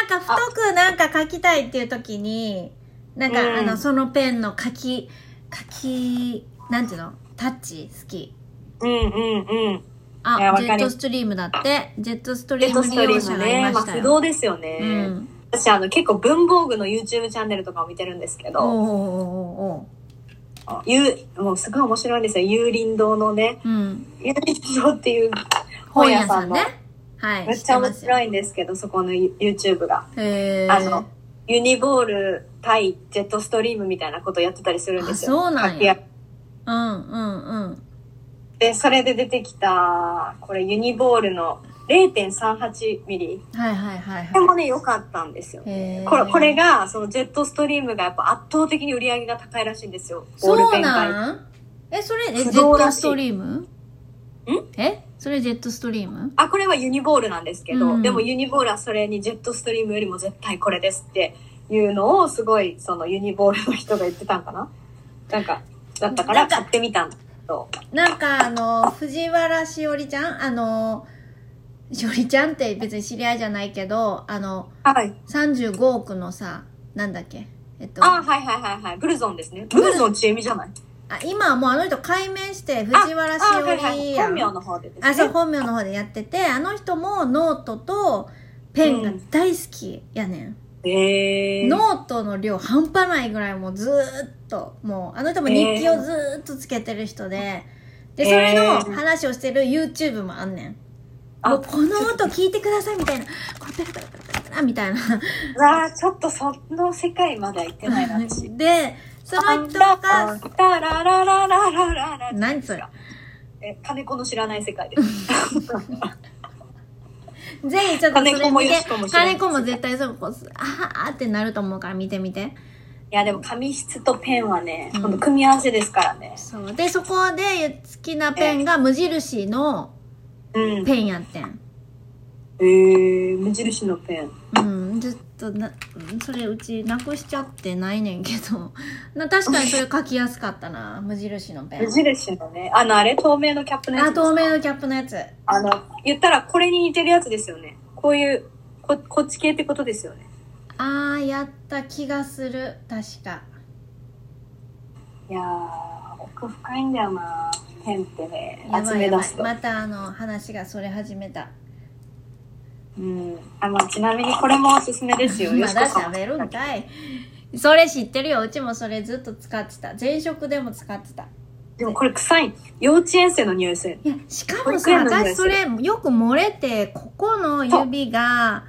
B: か太くなんか書きたいっていう時になんか、
A: うん
B: あのそのペンの書き書きなんていうのタッチ好き
A: うんうんうん。いや
B: あ
A: わ
B: ジ
A: か
B: ェ
A: る
B: ットストリームだってジェットスト
A: レ
B: リ
A: ッ
B: ーム
A: ドス
B: 利
A: トリ
B: 用
A: ー
B: 者
A: ム
B: がい
A: ね。
B: ま
A: まあ、
B: した
A: 不
B: よ、
A: 動ですよ
B: う
A: ね。
B: ん
A: 私、あの、結構文房具の YouTube チャンネルとかを見てるんですけ
B: おう
A: ど、
B: おうおうおう
A: ゆうもうすごい面白いんですよ。幽林堂のね、
B: うん、
A: 幽林堂っていう本屋さんの、
B: ねはい
A: めっちゃ面白
B: い
A: いんですけど、そこの YouTube が。
B: へえ
A: あの、ユニボール対ジェットストリームみたいなことやってたりするんですよ。
B: あそうなんや
A: 書き合っ
B: うんうんうん
A: て、それで出てきた、これユニボールの0.38ミリ。
B: はいはいはい
A: これ
B: は
A: もね、良かったんですよ
B: い。へえ
A: これこれが、そのジェットストリームがやっぱ圧倒的に売り上げが高いらしいんですよ。ボール
B: そう
A: ペンが。
B: なんえそれえジェ
A: 不
B: ッ
A: 動
B: ト
A: らしい
B: ストリームんえそれジェットストリーム
A: あ、これはユニボールなんですけど、
B: うん
A: でもユニボールはそれにジェットストリームよりも絶対これですっていうのをすごいそのユニボールの人が言ってたんかななんか、だったか
B: な
A: ら
B: んか
A: 買ってみたんだけど。
B: なんかあの藤原しおりちゃんあのしおりちゃんって別に知り合いじゃないけどあの
A: はい。
B: 35億のさなんだっけえっと
A: あ、はいはいはいはい。ブルゾンですね。ブルゾンちえみじゃない。
B: あ今はもうあの人改名して藤原し
A: あ
B: お
A: はいはい
B: りやん
A: 本名の方でですね。
B: あそう本名の方でやっててあの人もノートとペンが大好きやねん、
A: へえー。
B: ノートの量半端ないぐらいもうずーっともうあの人も日記をずーっとつけてる人で、でそれの話をしてる YouTube もあんねん、
A: あ
B: もうこの音聞いてくださいみたいなこれペラペラペラペラペラみたいな
A: あちょっとその世界までは行ってないな、私。
B: でその人が
A: タララララララララ
B: 何それ
A: え、金子の知らない世界 です。
B: ぜひちょっとそれ見
A: 金子もよ
B: て
A: しこも知らない
B: 金子も絶対そうこうあーってなると思うから見てみて
A: いや、でも紙質とペンはね、
B: うん
A: この組み合わせですからね。
B: そうでそこで好きなペンが無印の
A: うん。へ
B: ペンやってん
A: えー、無印のペン。
B: うんずっとなそれうちなくしちゃってないねんけど な確かにそれ書きやすかった な無印のペン
A: 無印のね、あの、あれ透明のキャップのやつ
B: あ
A: ですか
B: 透明のキャップのやつ
A: あの、言ったらこれに似てるやつですよね。こういう、こ、こっち系ってことですよね。
B: あーやった気がする確か
A: いやー、奥深いんだよなペンってね、
B: や
A: 集
B: ばい
A: め
B: や
A: 出
B: ばい
A: すと。
B: またあの話がそれ始めた
A: うん。あの、ちなみにこれもおすすめですよ。
B: ま
A: よしこ
B: だ
A: さんも
B: 喋るんかいそれ知ってるようちもそれずっと使ってた前職でも使ってた
A: でもこれ臭い。幼稚園生の匂いする。
B: いや、しか
A: 保
B: も
A: 育
B: さ、
A: 園の匂い
B: 私それよく漏れて、ここの指が、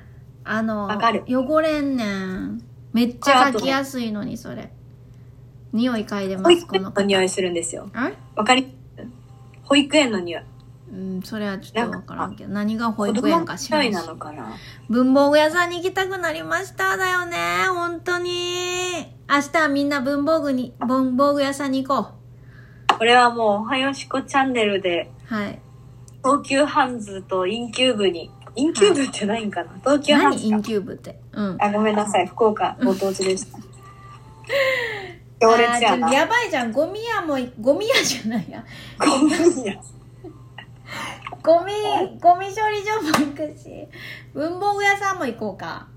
B: あの
A: わかる、
B: 汚れんねん。めっちゃ書きやすいのに、それ。匂い嗅いでま
A: 保
B: す、
A: 育
B: こ
A: 園
B: の
A: の
B: 方。
A: 匂いするんですよ。
B: あ
A: わかり保育園の匂い。
B: うん、それはちょっとわからんけど、何が
A: 子
B: 保育
A: 供
B: 園
A: の
B: か知ら
A: 匂
B: ないいし
A: な。のかな。
B: 文房具屋さんに行きたくなりましただよね、本当に。明日はみんな文房具に、文房具屋さんに行こ
A: これはもう、おはよしこチャンネルで、
B: う。はい。
A: 東急ハンズとインキューブに、インキューブってないんかな東急ハン
B: 何
A: ズ
B: イン
A: か。
B: キューブって。うん。
A: あ、ごめんなさ い。福岡、ご当地でした。行列や
B: あー
A: な
B: ちょ。やばいじゃん、ゴミ屋も、ゴミ屋じゃないや。
A: ごめんや。
B: ゴミ、ゴミ処理場も行くし、文房具屋さんも行こうか。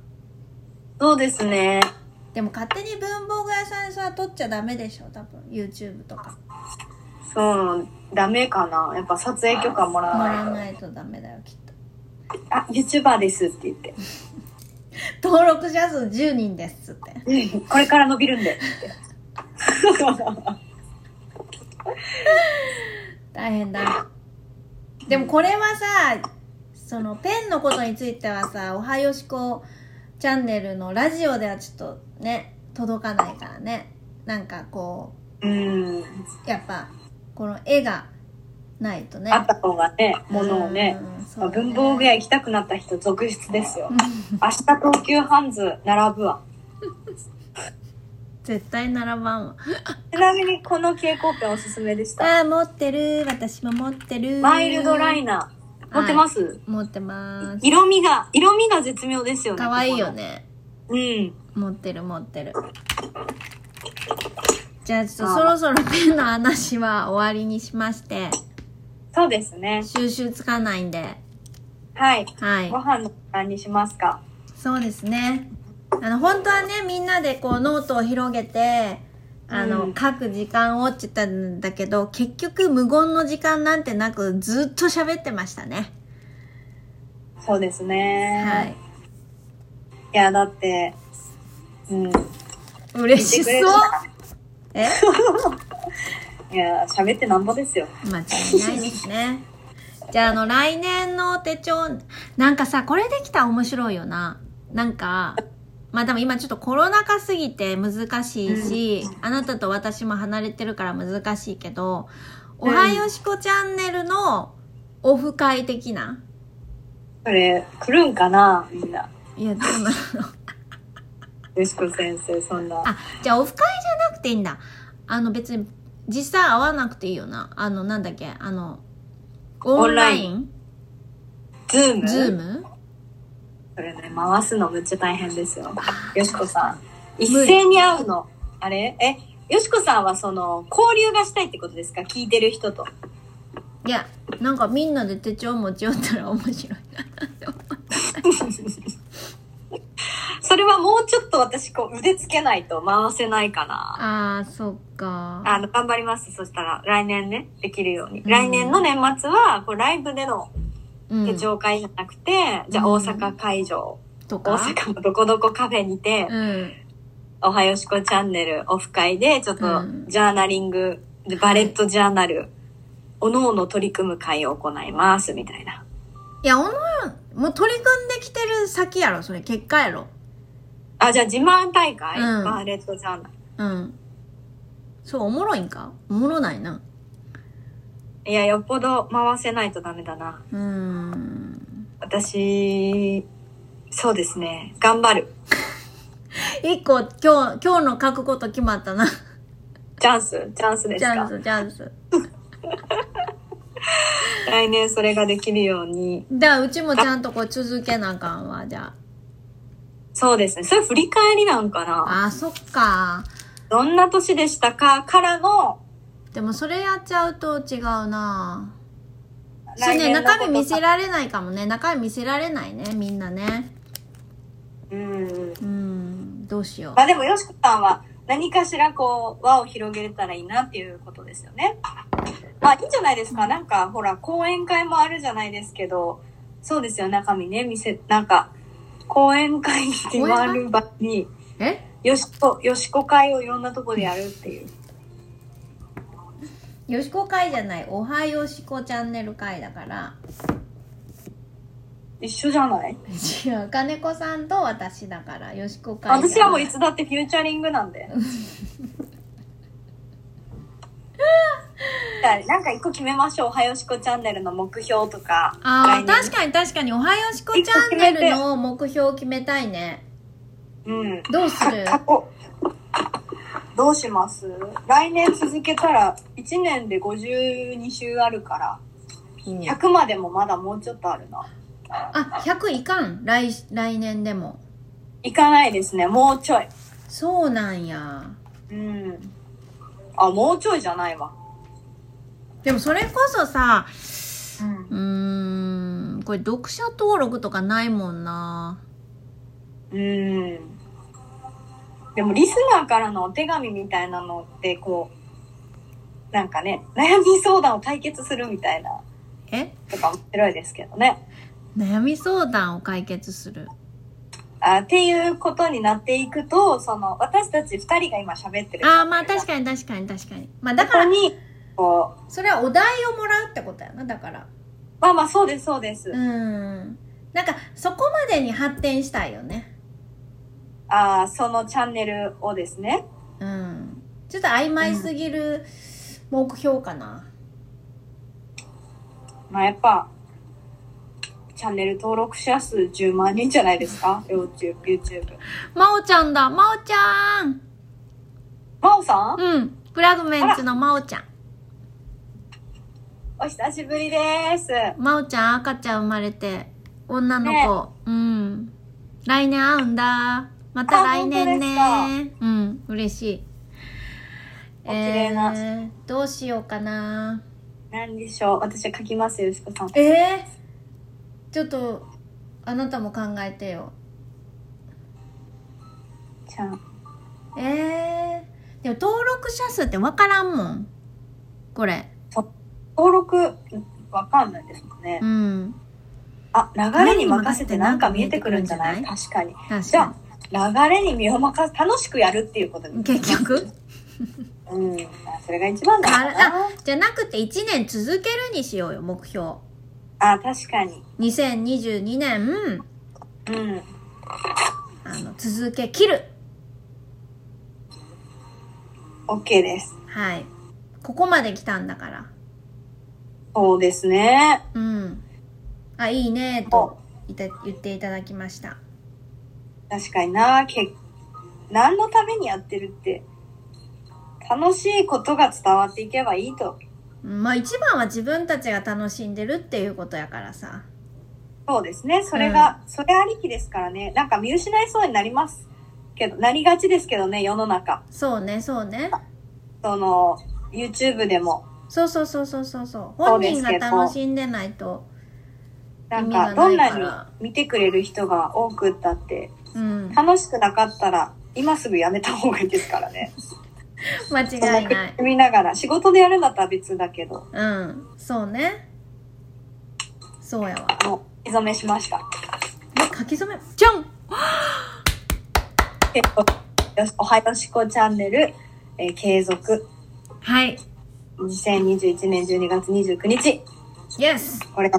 A: そうですね。
B: でも勝手に文房具屋さんでさ撮っちゃダメでしょ多分 YouTube とか
A: そう、ダメかな。やっぱ撮影許可もら
B: も
A: わ
B: らわ
A: ない
B: ないとダメだよきっと
A: と。あ、YouTuber ですって言って。
B: 登録者数10人ですっつって
A: うんこれから伸びるんでって。
B: 大変だでもこれはさそのペンのことについてはさ「おはよしこチャンネル」のラジオではちょっとね届かないからねなんかこ
A: うん。
B: うやっぱこの絵がないとね
A: あった方がね、ものをね。
B: うんそ
A: まあ
B: うだね
A: 文房具屋行きたくなった人続出ですよ。明日東急ハンズ並ぶわ。
B: 絶対並ばんわ
A: ちなみにこの蛍光ペンおすすめでした。
B: あー持ってる私も持ってる
A: マイルドライ
B: ン
A: ナー。持ってます、
B: 持ってます
A: 色味が、色味が絶妙ですよね。
B: かわいいよね
A: ここの。うん。
B: 持ってる持ってるじゃあちょっとそろそろペンの話は終わりにしまして
A: そうですね。
B: 収集つかないんで
A: はい。
B: はい
A: ご飯の時間にしますか。
B: そうですねあの本当はねみんなでこうノートを広げてあの、
A: うん
B: 書く時間をって言ったんだけど結局無言の時間なんてなくずっと喋ってましたね
A: そうですね。
B: はい。
A: いや、だって、うん。
B: 嬉しそう
A: 聞いてくれた
B: え
A: いや、喋ってなんぼですよ。
B: 間違いないです ねじゃああの来年の手帳なんかさこれできたら面白いよななんかまあでも今ちょっとコロナ禍すぎて難しいし、あなたと私も離れてるから難しいけど「お
A: うん
B: はよしこチャンネル」のオフ会的な
A: それ、来るんかなみんな。
B: いやどう なの
A: よしこ先生、そんな。
B: あじゃあオフ会じゃなくていいんだあの別に実際会わなくていいよなあのなんだっけあのオンライン
A: ズーム
B: ズーム
A: それね、回すのめっちゃ大変ですよ。よしこさん。
B: 理
A: 一斉に会うの。あれえ、よしこさんはその、交流がしたいってことですか聞いてる人と。
B: いやなんかみんなで手帳持ち寄ったら面白い
A: それはもうちょっと私、こう、腕つけないと回せないかな。
B: ああそっか
A: あの、頑張ります。そしたら、来年ね、できるように。
B: ん
A: 来年の年末は、こう、ライブでの
B: うん
A: 手帳会じゃなくて、じゃあ
B: うん
A: 大阪会場、
B: と
A: 大
B: か
A: 阪のどこどこカフェにて、
B: うん
A: おはよしこチャンネルオフ会で、ちょっと
B: うん
A: ジャーナリング、でバレットジャーナル、おのおの取り組む会を行います、みたいな。
B: いやおのもう取り組んできてる先やろそれ結果やろ
A: あ、じゃあ自慢大会、
B: うん
A: バレットジャーナル。
B: うんそうおもろいんかおもろないない
A: や、よっぽど回せないとダメだな。
B: うーん
A: 私、そうですね。頑張る。
B: 一個今日今日の書くこと決まったな
A: チャンス、チャンスです
B: チャン
A: か。
B: スチャンス
A: 来年それができるように。
B: じゃあうちもちゃんとこう続けなあかんわじゃ
A: そうですね。それ振り返りなんかな。
B: ああーそっか
A: どんな年でしたかからの、
B: でもそれやっちゃうと違うなそう
A: 来
B: ね
A: 年のこと
B: 中身見せられないかもね中身見せられないねみんなね
A: うん。
B: うんどうしよ
A: まあでも、よしこさんは何かしらこう、輪を広げれたらいいなっていうことですよね。まあいいんじゃないですか。なんか、ほら、講演会もあるじゃないですけど、そうですよ、中身ね、見せ、なんか、講演会って回る場に、
B: うえ
A: よしこ、よしこ会をいろんなとこでやるっていう。
B: よしこ会じゃないおはよしこチャンネル会だから
A: 一緒じゃない
B: 違う金子さんと私だからよしこ会じ
A: 私は
B: ゃない
A: もういつだってフューチャリングなん で。だからなんか一個決めましょう。おはよしこチャンネルの目標とか。
B: あ
A: 来
B: ー
A: 年
B: 確かに確かにおはよしこチャンネルの目標を決めたいね
A: うん。
B: どうする
A: 過去。どうします来年続けたら、1年で52週あるから、100までもまだもうちょっとあるな。
B: あ100いかん来来年でも
A: いかないですね。もうちょい。
B: そうなんや
A: うん。あ、もうちょいじゃないわ。
B: でもそれこそさ
A: うん。
B: うーんこれ読者登録とかないもんな
A: うん。でもリスナーからのお手紙みたいなのってこうなんかね悩み相談を解決するみたいな
B: え
A: とか面白いですけどね
B: 悩み相談を解決する。
A: あっていうことになっていくとその私たち2人が今喋ってる
B: ああ、まあ確かに確かに確かに。まあだ
A: だ
B: から、
A: にこう
B: それはお題をもらうってことやな、だから。
A: まあまあそうですそうです、
B: うん。なんか、そこまでに発展したいよね。
A: あーそのチャンネルをですね
B: うん。ちょっと曖昧すぎる目標かな。
A: まあやっぱチャンネル登録者数10万人じゃないですか YouTube YouTube
B: まおちゃんだ、まおちゃん
A: 真央さん
B: うん。フラグメンツのまおちゃん。
A: お久しぶりです
B: まおちゃん赤ちゃん生まれて女の子、
A: ね
B: うん来年会うんだまた来年
A: あ
B: ねうん嬉しい
A: お綺麗な
B: えーどうしようかな
A: 何でしょう私は書きますよしこさん
B: ええちょっとあなたも考えてよ
A: じゃあ
B: ええでも登録者数って分からんもんこれ
A: 登録わかんないですもんね、
B: うん
A: あ流れに任せてなんか見えてくるんじゃない
B: 何か
A: 確かに
B: 確かに
A: じゃあ流れに身を任せ楽しくやるっていうことです
B: 結局
A: うんそれが一番だ
B: か
A: からな
B: じゃなくて1年続けるにしようよ目標
A: あ確かに
B: 2022年
A: うん
B: あの続け切る
A: OK です
B: はいここまで来たんだから
A: そうですね
B: うんあいいねといた言っていただきました
A: 確かになけ何のためにやってるって楽しいことが伝わっていけばいいと
B: まあ一番は自分たちが楽しんでるっていうことやからさ
A: そうですね。それが、それありきですからね。なんか見失いそうになりますけど、なりがちですけどね、世の中。
B: そうねそうね
A: その、YouTube でも、
B: そうそうそうそうそうそ
A: そ
B: う本
A: うで
B: 人
A: す
B: が
A: けど
B: 楽しんでないと
A: なん
B: 意味
A: か、
B: が
A: ど
B: ない
A: ん
B: から
A: なに見てくれる人が多くったって、
B: うん
A: 楽しくなかったら、今すぐやめた方がいいですからね。
B: 間違いない
A: 見ながら、仕事でやるんだったら別だけど、
B: うんそうねそうやわ
A: もう、目覚めしました。
B: え書き初めじゃん
A: えっとよしおはよしこチャンネル、えー継続、
B: はい
A: 2021年12月29日、
B: イエス
A: これを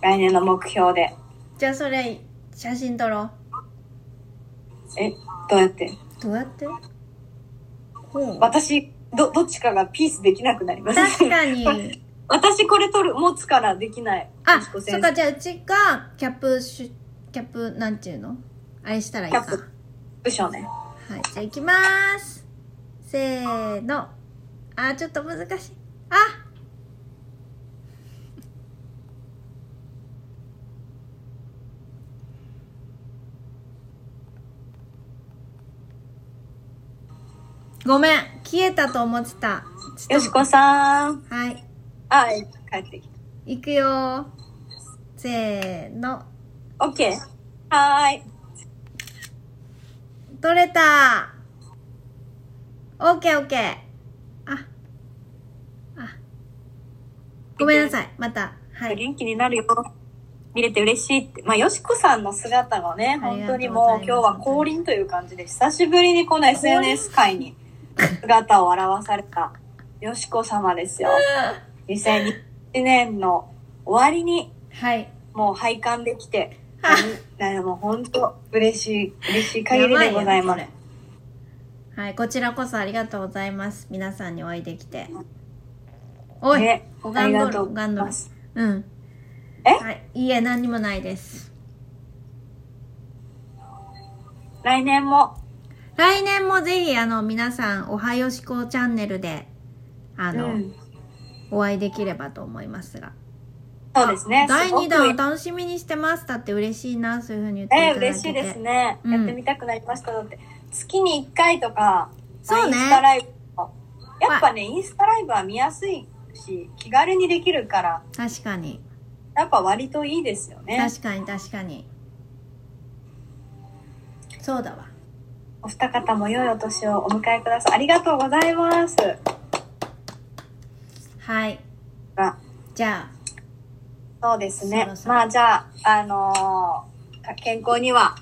A: 来年の目標で、
B: じゃあそれ写真撮ろう
A: え、どうやって
B: どうやってほう
A: 私どどっちかがピースできなくなります
B: 確かに
A: 私これ取る持つからできない
B: あ
A: 藤子
B: そ
A: 先
B: っか
A: 生
B: じゃあうちがキャップシュキャップなんていうのあれしたらいいか
A: キ
B: は
A: ャッ部署ね
B: いじゃあいきまーすせーのあちょっと難しいあごめん消えたと思ってたちょ
A: よ
B: っ
A: し
B: と
A: こさん
B: はい
A: あ帰ってき
B: いくよーせーの。
A: た OK はーい
B: 取れたーオッケーオッケーあ、あ。ごめんなさい。また。はい。
A: 元気になるよ見れて嬉しいってまあよしこさんの姿がね
B: あり
A: 本
B: がとうございます
A: 当にもう今日は降臨という感じで久しぶりにこの SNS 界に姿を現されたよしこ様ですよ2021年の終わりに
B: はい。
A: もう拝観できて
B: あ、
A: なもう本当嬉しい、嬉しい限りでございます
B: やばいよ。はい。こちらこそありがとうございます。皆さんにお会いできて。おい、
A: ね、
B: おが
A: あ
B: ん
A: り
B: ど
A: が
B: る、
A: とう
B: お
A: ご
B: が
A: ざい
B: んどる
A: ま。す。
B: うん。
A: え
B: はい。いいえ、何にもないです。
A: 来年も、
B: 来年もぜひ、あの、皆さん、おはよしこチャンネルで、あ
A: う
B: の、
A: ん、
B: お会いできればと思いますが。
A: そうですね。
B: 第
A: すごく
B: 2弾を楽しみにしてます。だって嬉しいな、そういうふうに言っていただ
A: えー
B: いて。
A: 嬉しいですね、
B: うん
A: やってみたくなりました。だって、月に1回とか、
B: そう
A: インスタ
B: ね。
A: ライブもやっぱね、インスタライブは見やすいし、気軽にできるから、
B: 確かに。
A: やっぱ割といいですよね。
B: 確かに、確かに。そうだわ。
A: お二方も良いお年をお迎えください。ありがとうございます。
B: はい
A: が、
B: じゃあ
A: そうですね
B: そろ。そろ
A: まあじゃあ、あのーか健康には、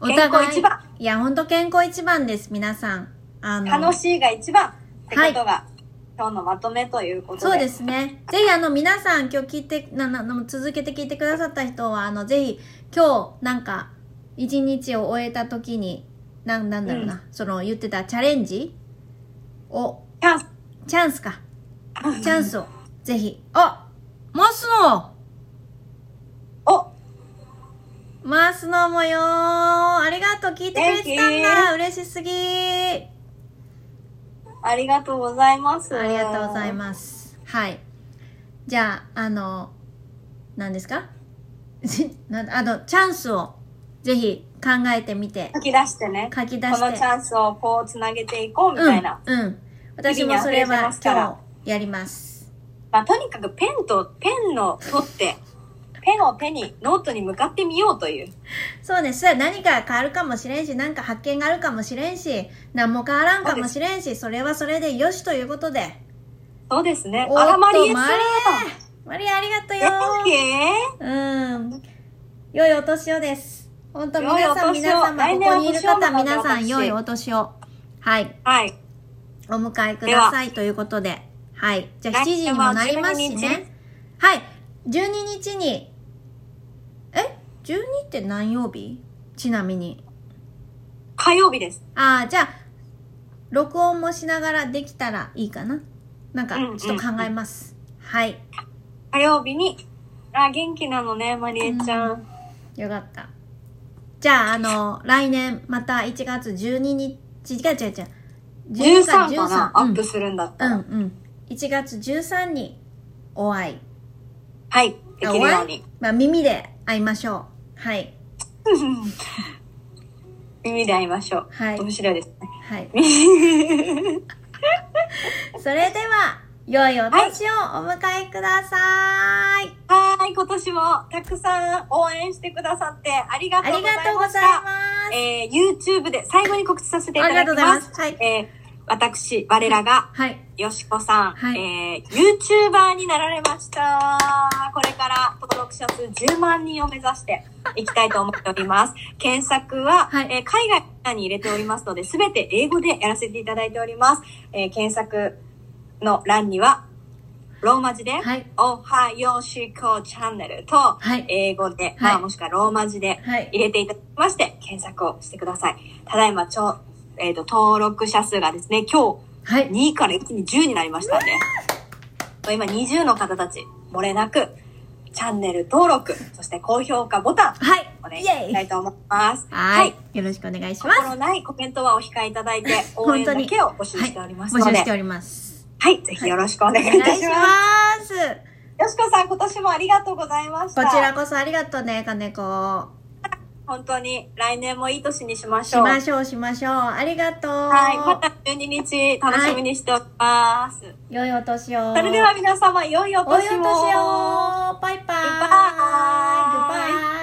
B: お互い
A: 健康一番
B: いや本当健康一番です皆さんあの
A: 楽しいが一番ってことが、今日のまとめということで。
B: そうですね。ぜひあの皆さん今日聞いてななな続けて聞いてくださった人はあのぜひ今日なんか一日を終えた時になんなんだろうな、その言ってたチャレンジを
A: チャンス。
B: チャンスかチャンスをぜひあマスノ
A: お
B: マスノもよーありがとう聞いてくれてたん
A: Thank
B: だ嬉しすぎー
A: ありがとうございます。
B: ありがとうございます。はい。じゃあ、あの、何ですか なんあの、チャンスをぜひ考えてみ て、
A: 書き出してね。
B: 書き出
A: こ
B: して。
A: のチャンスをこうつなげていこうみ
B: う
A: たい
B: ん
A: な。、
B: うん。私もそ
A: 日々に
B: れ
A: 溢れて
B: は
A: ますから
B: 今日やります。
A: まあ、とにかくペンと、ペンの取って、ペンを手に、ノートに向かってみようという。
B: そうです。何か変わるかもしれんし、何か発見があるかもしれんし、何も変わらんかもしれんし、それはそれでよしということで。
A: そうですね。
B: おっ
A: あら、
B: と
A: マリエさん。
B: マリエマリエありがとう
A: 元
B: よ
A: 気
B: うん。良いお年をです。本当
A: 良いお
B: 皆
A: 年
B: さ
A: を
B: ん、皆
A: 来
B: 様、こ
A: 年
B: こ
A: は
B: にいる方、
A: 年をまた
B: 皆さん、
A: 私
B: 良いお年を。はい。
A: はい。
B: お迎えくださいということで。はい。じゃあ、7
A: 来
B: 時に
A: 年
B: も
A: は
B: なりますしね。はい。12日に、え ?12 って何曜日ちなみに。
A: 火曜日です。
B: ああ、じゃあ、録音もしながらできたらいいかな。なんか
A: うんうん、
B: ちょっと考えます。はい。
A: 火曜日に。あ、元気なのね、マリエちゃん。
B: よかった。じゃあ、あの、来年、また1月12日、違う違う違う。
A: 13かな、
B: う
A: アッ
B: ん
A: プするんだった
B: う
A: ら。
B: んうん。1月13にお会い。
A: はい。で
B: あ
A: きる
B: お
A: よう
B: 会い
A: に。
B: まあ、耳で会いましょう。はい。
A: 耳で会いましょう。
B: はい
A: 面白いですね。
B: はい。それでは、良いお年をお迎えください。
A: はーい、今年もたくさん応援してくださってありが
B: あ
A: とうご
B: り
A: ざ
B: がと
A: いう
B: ご
A: まし
B: ざい
A: た。
B: ます。
A: えー、YouTube で最後に告知させていただきます。
B: ありがとうございますはい
A: えー、私、我らが、
B: はい。
A: よしこさん、
B: はい
A: えー、YouTuber になられました。これから登録者数10万人を目指していきたいと思っており ます。検索は、
B: はい
A: えー海外に入れておりますので、すべて英語でやらせていただいております。えー、検索の欄には、ローマ字で、
B: はい。
A: おはよしこチャンネルと、
B: はい
A: 英語で、
B: い
A: まあもしくはローマ字で
B: はい
A: 入れていただきまして、検索をしてください。ただいま、ちょ、えっ、と、登録者数がですね、今
B: はい。
A: 日2から一気に10になりましたんで、今20の方たち、漏れなく、チャンネル登録、そして高評価ボタン、お
B: はい。
A: 願い
B: イ
A: し
B: ェ
A: た
B: イ
A: いと思います。
B: はい。よろしくお願いします。
A: 心ないコメントはお控えいただいて、応援だけを募集しておりますの
B: はい、募
A: で、は
B: 集して
A: い、
B: おります。
A: ぜひよろしくお願
B: お
A: いい
B: 願い
A: た
B: し
A: します。
B: ます。
A: よしこさん、今年もありがとうございました。
B: こちらこそありがとうね、金子。
A: 本当に来年もいい年にしまし
B: し
A: ょう。
B: ましょう、しましょう。ありがとう。
A: はい、また12日楽しみにしております。
B: 良いお年を。
A: それでは皆様、良いお
B: おいお
A: 年を。
B: 年を。バイバイ。
A: グッバイ
B: グッバイ